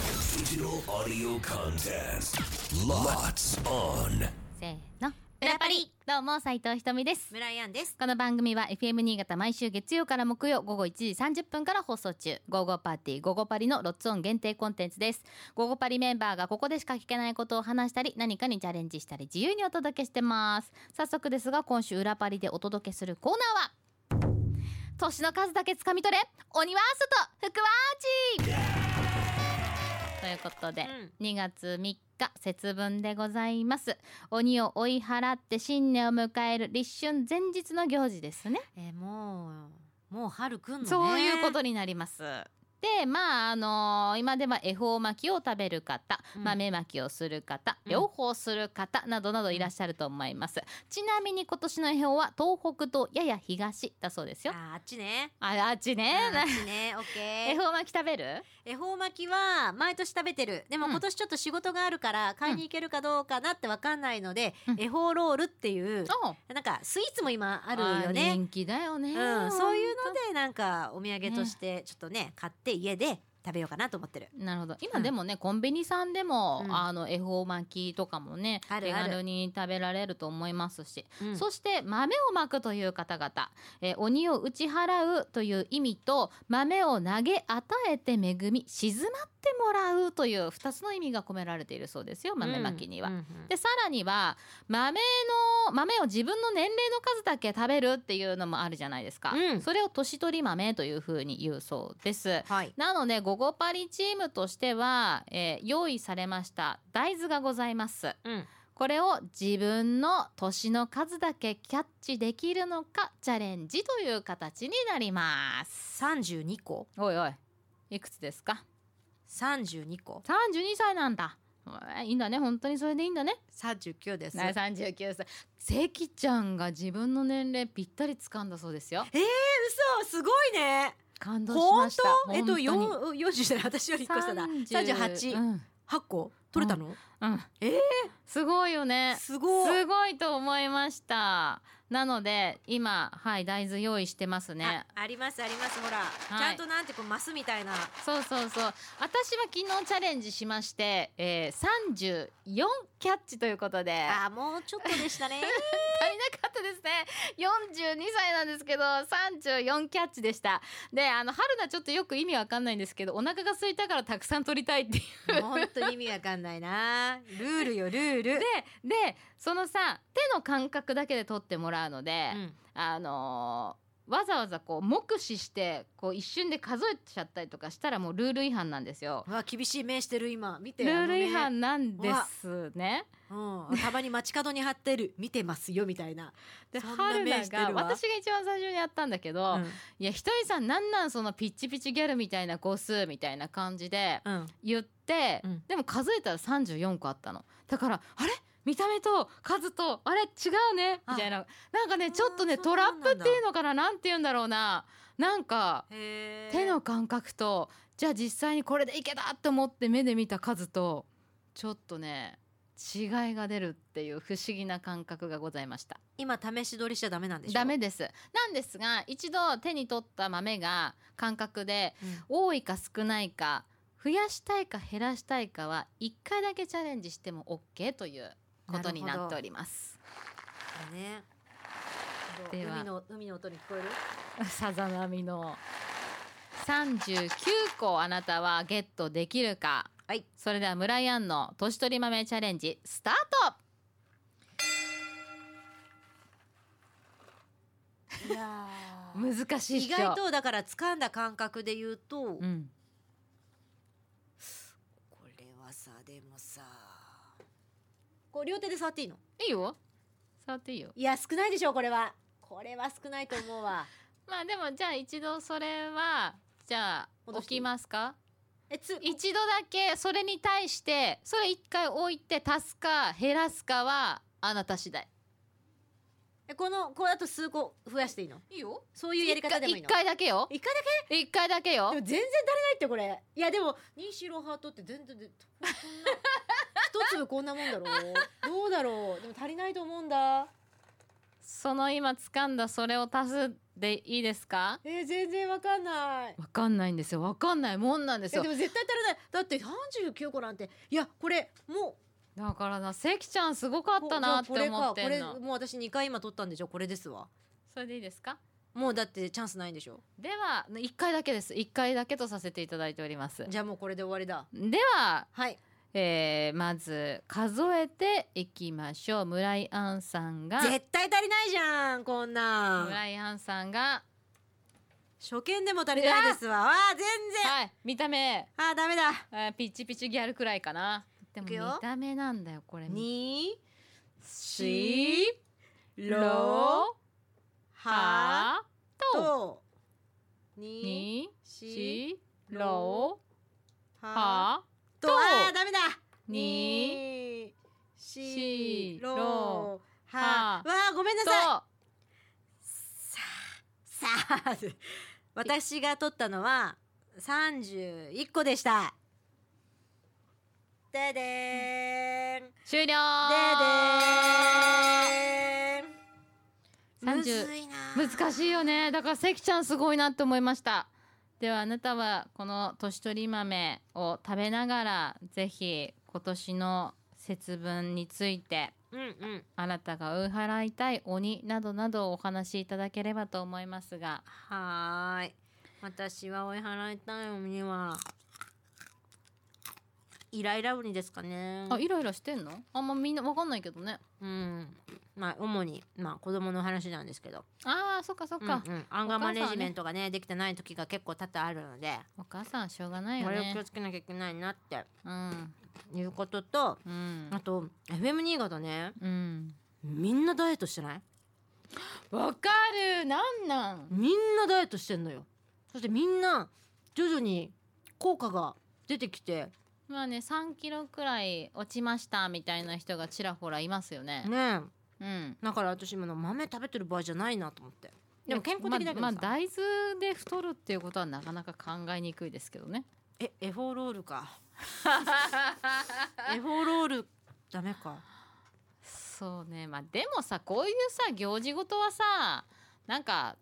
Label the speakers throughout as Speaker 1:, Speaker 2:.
Speaker 1: digital audio contest. Lots on.
Speaker 2: せーの。裏パリどうも、斉藤ひとみです。
Speaker 3: 村井アンです。
Speaker 2: この番組は FM 新潟毎週月曜から木曜午後1時30分から放送中、午後パーティー、午後パリのロッツオン限定コンテンツです。午後パリメンバーがここでしか聞けないことを話したり、何かにチャレンジしたり、自由にお届けしてます。早速ですが、今週裏パリでお届けするコーナーは、年の数だけ掴み取れ、鬼は外、福は内ということで、
Speaker 3: うん
Speaker 2: 2月3日節分でございます鬼を追い払って新年を迎える立春前日の行事ですね
Speaker 3: えー、もうもう春くんのね。
Speaker 2: そういうことになりますでまああのー今では恵方巻きを食べる方、
Speaker 3: うん
Speaker 2: 豆巻きをする方、
Speaker 3: うん
Speaker 2: 両方する方などなどいらっしゃると思います、ちなみに今年の恵方は東北とやや東だそうです
Speaker 3: あ
Speaker 2: よ
Speaker 3: ーあっちね。
Speaker 2: ああっちね
Speaker 3: あーあっちね。オッケ
Speaker 2: 恵
Speaker 3: ー。
Speaker 2: 方巻き食べる
Speaker 3: 恵方巻きは毎年食べてる。でも
Speaker 2: うん
Speaker 3: 今年ちょっと仕事があるから買いに行けるかどうかなってわかんないので
Speaker 2: うん、
Speaker 3: 恵方ロールっていう
Speaker 2: お
Speaker 3: なんかスイーツも今あ
Speaker 2: あ
Speaker 3: るよね。
Speaker 2: 人気だよね、
Speaker 3: うん、そういうのでなんかお土産としてちょっとね買って家で食べようかなと思ってる。
Speaker 2: なるほど今
Speaker 3: うん
Speaker 2: でもね、コンビニさんでも、
Speaker 3: うん
Speaker 2: あの恵方巻きとかもね
Speaker 3: あるある
Speaker 2: 手軽に食べられると思いますし、
Speaker 3: うん
Speaker 2: そして豆をまくという方々、えー鬼を打ち払うという意味と豆を投げ与えて恵み静まってもらうという2つの意味が込められているそうですよ豆まきには。
Speaker 3: うんうん
Speaker 2: でさらには豆の豆を自分の年齢の数だけ食べるっていうのもあるじゃないですか、
Speaker 3: うん
Speaker 2: それを年取り豆というふうに言うそうです。
Speaker 3: はい。
Speaker 2: なので、午後パリチームとしては、えー用意されました大豆がございます。
Speaker 3: うん。
Speaker 2: これを自分の年の数だけキャッチできるのかチャレンジという形になります。
Speaker 3: 三十二個。
Speaker 2: おいおい、いくつですか
Speaker 3: 三十二個。
Speaker 2: ?32 歳なんだ。えーいいんだね本当にそれでいいんだね
Speaker 3: 三十九です。
Speaker 2: な39歳関ちゃんが自分の年齢ぴったり掴んだそうですよ
Speaker 3: 嘘すごいね
Speaker 2: 感動しま
Speaker 3: 本
Speaker 2: した
Speaker 3: 当 えっと四四十じゃない私より一個下だ三十八
Speaker 2: うん、
Speaker 3: 八個取れたの、
Speaker 2: うん、
Speaker 3: えー
Speaker 2: すごいよね
Speaker 3: すごい
Speaker 2: すごいと思いましたなので今はい大豆用意してますね
Speaker 3: あありますありますほら、
Speaker 2: い
Speaker 3: ちゃんとなんてこうマスみたいな
Speaker 2: そうそうそう私は昨日チャレンジしまして、えー、34キャッチということで足りな
Speaker 3: あーもうちょっとでしたね
Speaker 2: かったですね42歳なんですけど34キャッチでしたであの春菜ちょっとよく意味わかんないんですけどお腹が空いたからたくさん取りたいっていう
Speaker 3: 本当に意味わかんないなルールよルール
Speaker 2: ででそのさ手の感覚だけで取ってもらうので、
Speaker 3: うん
Speaker 2: あのーわざわざこう目視してこう一瞬で数えちゃったりとかしたらもうルール違反なんですよ。
Speaker 3: うわ厳しい目してる今見て
Speaker 2: ルー
Speaker 3: あの
Speaker 2: ル
Speaker 3: 目
Speaker 2: 違反なんですね。
Speaker 3: うん、たまに街角に貼ってる見てますよみたいな
Speaker 2: で
Speaker 3: そんな
Speaker 2: 春
Speaker 3: 目
Speaker 2: 菜
Speaker 3: してる
Speaker 2: が
Speaker 3: わ
Speaker 2: 私が一番最初にやったんだけど、
Speaker 3: うん
Speaker 2: いやひとりさんなんなんそのピッチピチギャルみたいな語数みたいな感じで
Speaker 3: うん
Speaker 2: 言って、
Speaker 3: うん
Speaker 2: でも数えたら34個あったの。だからあれ見た目と数とあれ違うねみたいななんかねちょっと
Speaker 3: あ
Speaker 2: ね
Speaker 3: ー
Speaker 2: トラップっていうのかななんて言うんだろうななんか
Speaker 3: へー
Speaker 2: 手の感覚とじゃあ実際にこれでいけたと思って目で見た数とちょっとね違いが出るっていう不思議な感覚がございました
Speaker 3: 今試し撮りしちゃダメなんでしょ
Speaker 2: ダメですなんですが一度手に取った豆が感覚で
Speaker 3: うん
Speaker 2: 多いか少ないか増やしたいか減らしたいかは1回だけチャレンジしても OK ということになっております
Speaker 3: だね。
Speaker 2: では
Speaker 3: 海の海の音に聞こえ る？
Speaker 2: さざ波の39個あなたはゲットできるか
Speaker 3: はい。
Speaker 2: それでは村井アンの年取り豆チャレンジスタート
Speaker 3: いやー
Speaker 2: 難しいっし
Speaker 3: 意
Speaker 2: ょ
Speaker 3: 外とだから掴んだ感覚で言うと、
Speaker 2: うん、
Speaker 3: これはさでもさ、こう両手で触っていいの？
Speaker 2: いいよ触っていいよ
Speaker 3: いや少ないでしょこれは。これは少ないと思うわ。
Speaker 2: まあでもじゃあ一度それはじゃあ
Speaker 3: 戻
Speaker 2: 置
Speaker 3: して
Speaker 2: きますか
Speaker 3: えつ
Speaker 2: 一度だけそれに対してそれ一回置いて足すか減らすかはあなた次第
Speaker 3: えこのこうだと数個増やしていいの？
Speaker 2: いいよ
Speaker 3: そういうやり方でもいいの？
Speaker 2: 一回だけよ
Speaker 3: 一回だ
Speaker 2: 一回だけよ
Speaker 3: け？でも全然足りないってこれ。いやでもニシロハートって全然でこんな一粒こんなもんだろう。どうだろう。でも足りないと思うんだ。
Speaker 2: その今掴んだそれを足すでいいですか
Speaker 3: えー全然わかんない
Speaker 2: わかんないんですよわかんないもんなんです
Speaker 3: え
Speaker 2: よ
Speaker 3: でも絶対足らないだって39個なんていやこれも
Speaker 2: だからな関ちゃんすごか
Speaker 3: う
Speaker 2: ったなって
Speaker 3: これ
Speaker 2: 思
Speaker 3: か
Speaker 2: って
Speaker 3: こ
Speaker 2: ん
Speaker 3: れ
Speaker 2: の
Speaker 3: もう私2回今取ったんでしょこれですわ
Speaker 2: それでいいですか
Speaker 3: もうだってチャンスないんでしょ
Speaker 2: では1回だけです1回だけとさせていただいております
Speaker 3: じゃあもうこれで終わりだ
Speaker 2: では、
Speaker 3: はい
Speaker 2: えーまず数えていきましょう村井杏さんが
Speaker 3: 絶対足りないじゃんこんなん
Speaker 2: 村井杏さんが
Speaker 3: 初見でも足りないですわわあ全然
Speaker 2: はい見た目
Speaker 3: あーダメだ
Speaker 2: あーピッチピチギャルくらいかなでも
Speaker 3: いく
Speaker 2: 見
Speaker 3: よ
Speaker 2: た目なんだよこれ
Speaker 3: に
Speaker 2: し
Speaker 3: ろは
Speaker 2: はと
Speaker 3: とに
Speaker 2: に
Speaker 3: し
Speaker 2: しろ
Speaker 3: は
Speaker 2: は
Speaker 3: とあーダメだ
Speaker 2: に
Speaker 3: に
Speaker 2: し
Speaker 3: し
Speaker 2: ろ
Speaker 3: ろ
Speaker 2: は
Speaker 3: はわあごめんな
Speaker 2: と
Speaker 3: さいさあ 私が取ったのは三十一個でしたででーんで
Speaker 2: 終了
Speaker 3: でーん
Speaker 2: 30
Speaker 3: むずいな
Speaker 2: 難しいよねだから関ちゃんすごいなって思いましたではあなたはこの年取り豆を食べながらぜひ今年の節分について
Speaker 3: うんうん
Speaker 2: あなたが追い払いたい鬼などなどをお話しいただければと思いますが
Speaker 3: はーい私は追い払いたい鬼はイライラ鬼ですかね
Speaker 2: あイライラしてんのあんまみんなわかんないけどね
Speaker 3: うんまあ主にまあ子供の話なんですけど
Speaker 2: あーそっかそっか、
Speaker 3: うんうん、アンガーマネジメントがねできてない時が結構多々あるので、
Speaker 2: お母さんしょうがないよ
Speaker 3: これを気
Speaker 2: ね
Speaker 3: をつけなきゃいけないなって
Speaker 2: うん
Speaker 3: いうことと
Speaker 2: うん
Speaker 3: あと FM 新潟ね
Speaker 2: うん
Speaker 3: みんなダイエットしてない
Speaker 2: わかるなんなん
Speaker 3: みんなダイエットしてんのよそしてみんな徐々に効果が出てきて
Speaker 2: まあね3キロくらい落ちましたみたいな人がちらほらいますよね
Speaker 3: ねえ
Speaker 2: うん
Speaker 3: だから私今の豆食べてる場合じゃないなと思ってでも健康的だけど
Speaker 2: ま
Speaker 3: さ、
Speaker 2: あ、まあ大豆で太るっていうことはなかなか考えにくいですけどね
Speaker 3: えエフォーロールか エフォーロールダメか
Speaker 2: そうねまあでもさこういうさ行事事はさなんか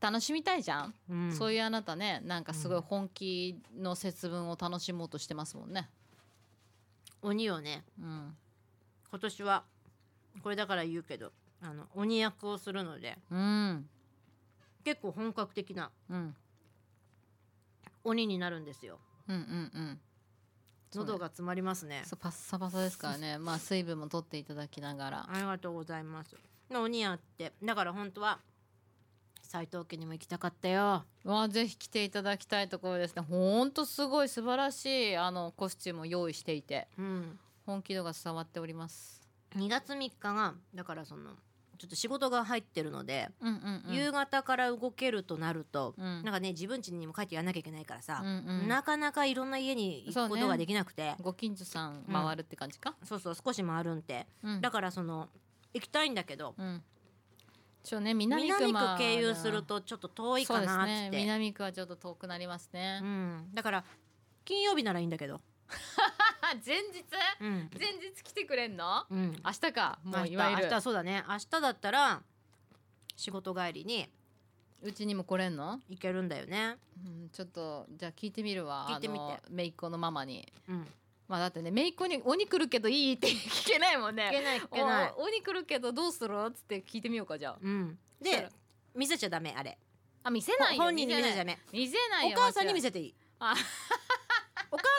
Speaker 2: 楽しみたいじゃん、
Speaker 3: うん
Speaker 2: そう
Speaker 3: い
Speaker 2: いうあなたねなんかすご
Speaker 3: う
Speaker 2: い
Speaker 3: ん
Speaker 2: 本気の節分を楽しもうとしてますもんね
Speaker 3: う鬼をね
Speaker 2: うん
Speaker 3: 今年はこれだから言うけどあの鬼役をするので
Speaker 2: うん
Speaker 3: 結構本格的な
Speaker 2: うん
Speaker 3: 鬼になるんですよ
Speaker 2: うんうんうんそうね
Speaker 3: 喉が詰まりますね
Speaker 2: そうパッサパサですからねまあ水分も取っていただきながら
Speaker 3: ありがとうございます鬼やってだから本当は斎藤家にも行きたかったよ
Speaker 2: わあぜひ来ていただきたいところですねほんとすごい素晴らしいあのコスチュームを用意していて
Speaker 3: うん
Speaker 2: 本気度が伝わっております
Speaker 3: 2月3日がだからそのちょっと仕事が入ってるので、
Speaker 2: うんうんうん
Speaker 3: 夕方から動けるとなると、
Speaker 2: うん
Speaker 3: なんかね自分家にも帰ってやんなきゃいけないからさ
Speaker 2: う、んうん
Speaker 3: なかなかいろんな家に行
Speaker 2: そう
Speaker 3: く
Speaker 2: ね
Speaker 3: ことができなくて
Speaker 2: ご近所さん回るって感じか、
Speaker 3: そう,、そう少し回るんて、
Speaker 2: うん、
Speaker 3: だからその行きたいんだけど、
Speaker 2: うんちょっとね南区
Speaker 3: 南
Speaker 2: ま
Speaker 3: 区
Speaker 2: あ
Speaker 3: 経由するとちょっと遠いかなっ
Speaker 2: そうです
Speaker 3: つっ
Speaker 2: ね
Speaker 3: て、
Speaker 2: 南区はちょっと遠くなりますね
Speaker 3: う、ん、だから金曜日ならいいんだけど、
Speaker 2: あ 前日
Speaker 3: うん
Speaker 2: 前日来てくれんの
Speaker 3: うん、
Speaker 2: 明日かも
Speaker 3: 明
Speaker 2: う
Speaker 3: 日
Speaker 2: いわゆ
Speaker 3: 明
Speaker 2: る
Speaker 3: 日そうだね明日だったら仕事帰りに
Speaker 2: うちにも来れんの、
Speaker 3: 行けるんだよね、
Speaker 2: うん、ちょっとじゃあ聞いてみるわ
Speaker 3: 聞いてみて
Speaker 2: あの姪っ子のママに
Speaker 3: うん、
Speaker 2: まあだってね姪っ子に「鬼来るけどいい?」って聞けないもん
Speaker 3: 行
Speaker 2: ね
Speaker 3: けない行
Speaker 2: 「お
Speaker 3: けない
Speaker 2: 鬼来るけどどうする?」っつって聞いてみようかじゃあ
Speaker 3: うん、
Speaker 2: そした
Speaker 3: で
Speaker 2: ら
Speaker 3: 見せちゃダメあれ
Speaker 2: あ見せないよ
Speaker 3: 本人に見せち
Speaker 2: な
Speaker 3: ゃダ
Speaker 2: い
Speaker 3: メ
Speaker 2: 見せない
Speaker 3: お
Speaker 2: よ
Speaker 3: 母さんに見
Speaker 2: せ
Speaker 3: せていい
Speaker 2: あ
Speaker 3: お母さ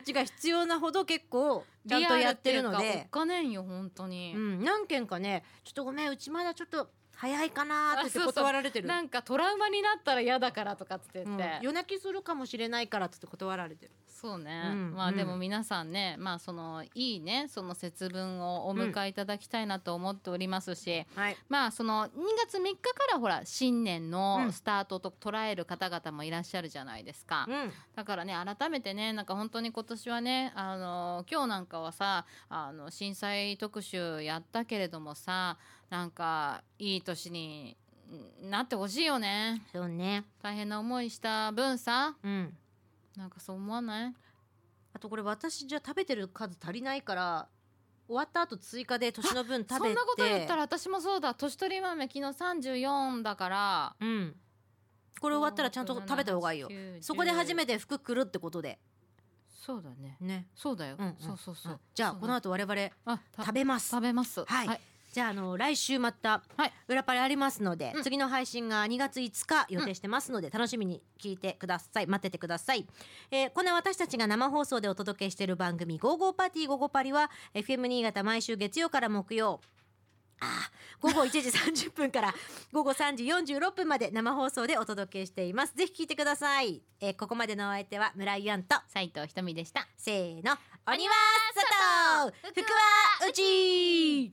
Speaker 3: んジャッジが必要なほど結構ちゃんとやってるの
Speaker 2: おっ
Speaker 3: で
Speaker 2: かねんよ本当に、
Speaker 3: うん、何件かねちょっとごめんうちまだちょっと早いかなーって言
Speaker 2: あそ
Speaker 3: って
Speaker 2: うそう
Speaker 3: 断られてる
Speaker 2: なんかトラウマになったら嫌だからとかっつって言って、
Speaker 3: うん夜泣きするかもしれないからって言って断られてる
Speaker 2: そうね、
Speaker 3: うん
Speaker 2: まあ
Speaker 3: うん
Speaker 2: でも皆さんねまあそのいいねその節分をお迎えいただきたいなと思っておりますし、
Speaker 3: はい
Speaker 2: まあその2月3日からほら新年
Speaker 3: う
Speaker 2: の
Speaker 3: ん
Speaker 2: スタートと捉える方々もいらっしゃるじゃないですか、
Speaker 3: うん
Speaker 2: だからね改めてねなんか本当に今年はねあの今日なんかはさあの震災特集やったけれどもさなんかいい年にんなってほしいよね
Speaker 3: そうね
Speaker 2: 大変な思いした分さ
Speaker 3: うん
Speaker 2: なんかそう思わない
Speaker 3: あとこれ私じゃ食べてる数足りないから終わった後追加で年の分食べて
Speaker 2: そんなこと言ったら私もそうだ年取り豆昨日34だから
Speaker 3: うんこ
Speaker 2: こ
Speaker 3: れ終わったらちゃんと食べた方がいいよそこで初めて服くるってことで
Speaker 2: そうだね
Speaker 3: ね
Speaker 2: そうだよ、
Speaker 3: うんうん
Speaker 2: そうそうそう、
Speaker 3: うんじゃあこの後我々
Speaker 2: あた
Speaker 3: 食べます
Speaker 2: 食べます
Speaker 3: はいじゃああの来週また
Speaker 2: はい
Speaker 3: 裏パレありますので、
Speaker 2: うん
Speaker 3: 次の配信が2月5日予定してますので、楽しみに聞いてください待っててください、えーこの私たちが生放送でお届けしている番組「ゴーゴーパーティーゴーゴーパリは」FM 新潟毎週月曜から木曜あー午後1時30分から午後3時46分まで生放送でお届けしていますぜひ聞いてください、えーここまでのお相手は村井杏と
Speaker 2: 斉藤ひとみでした
Speaker 3: せーの鬼は
Speaker 2: 外
Speaker 3: 外福は内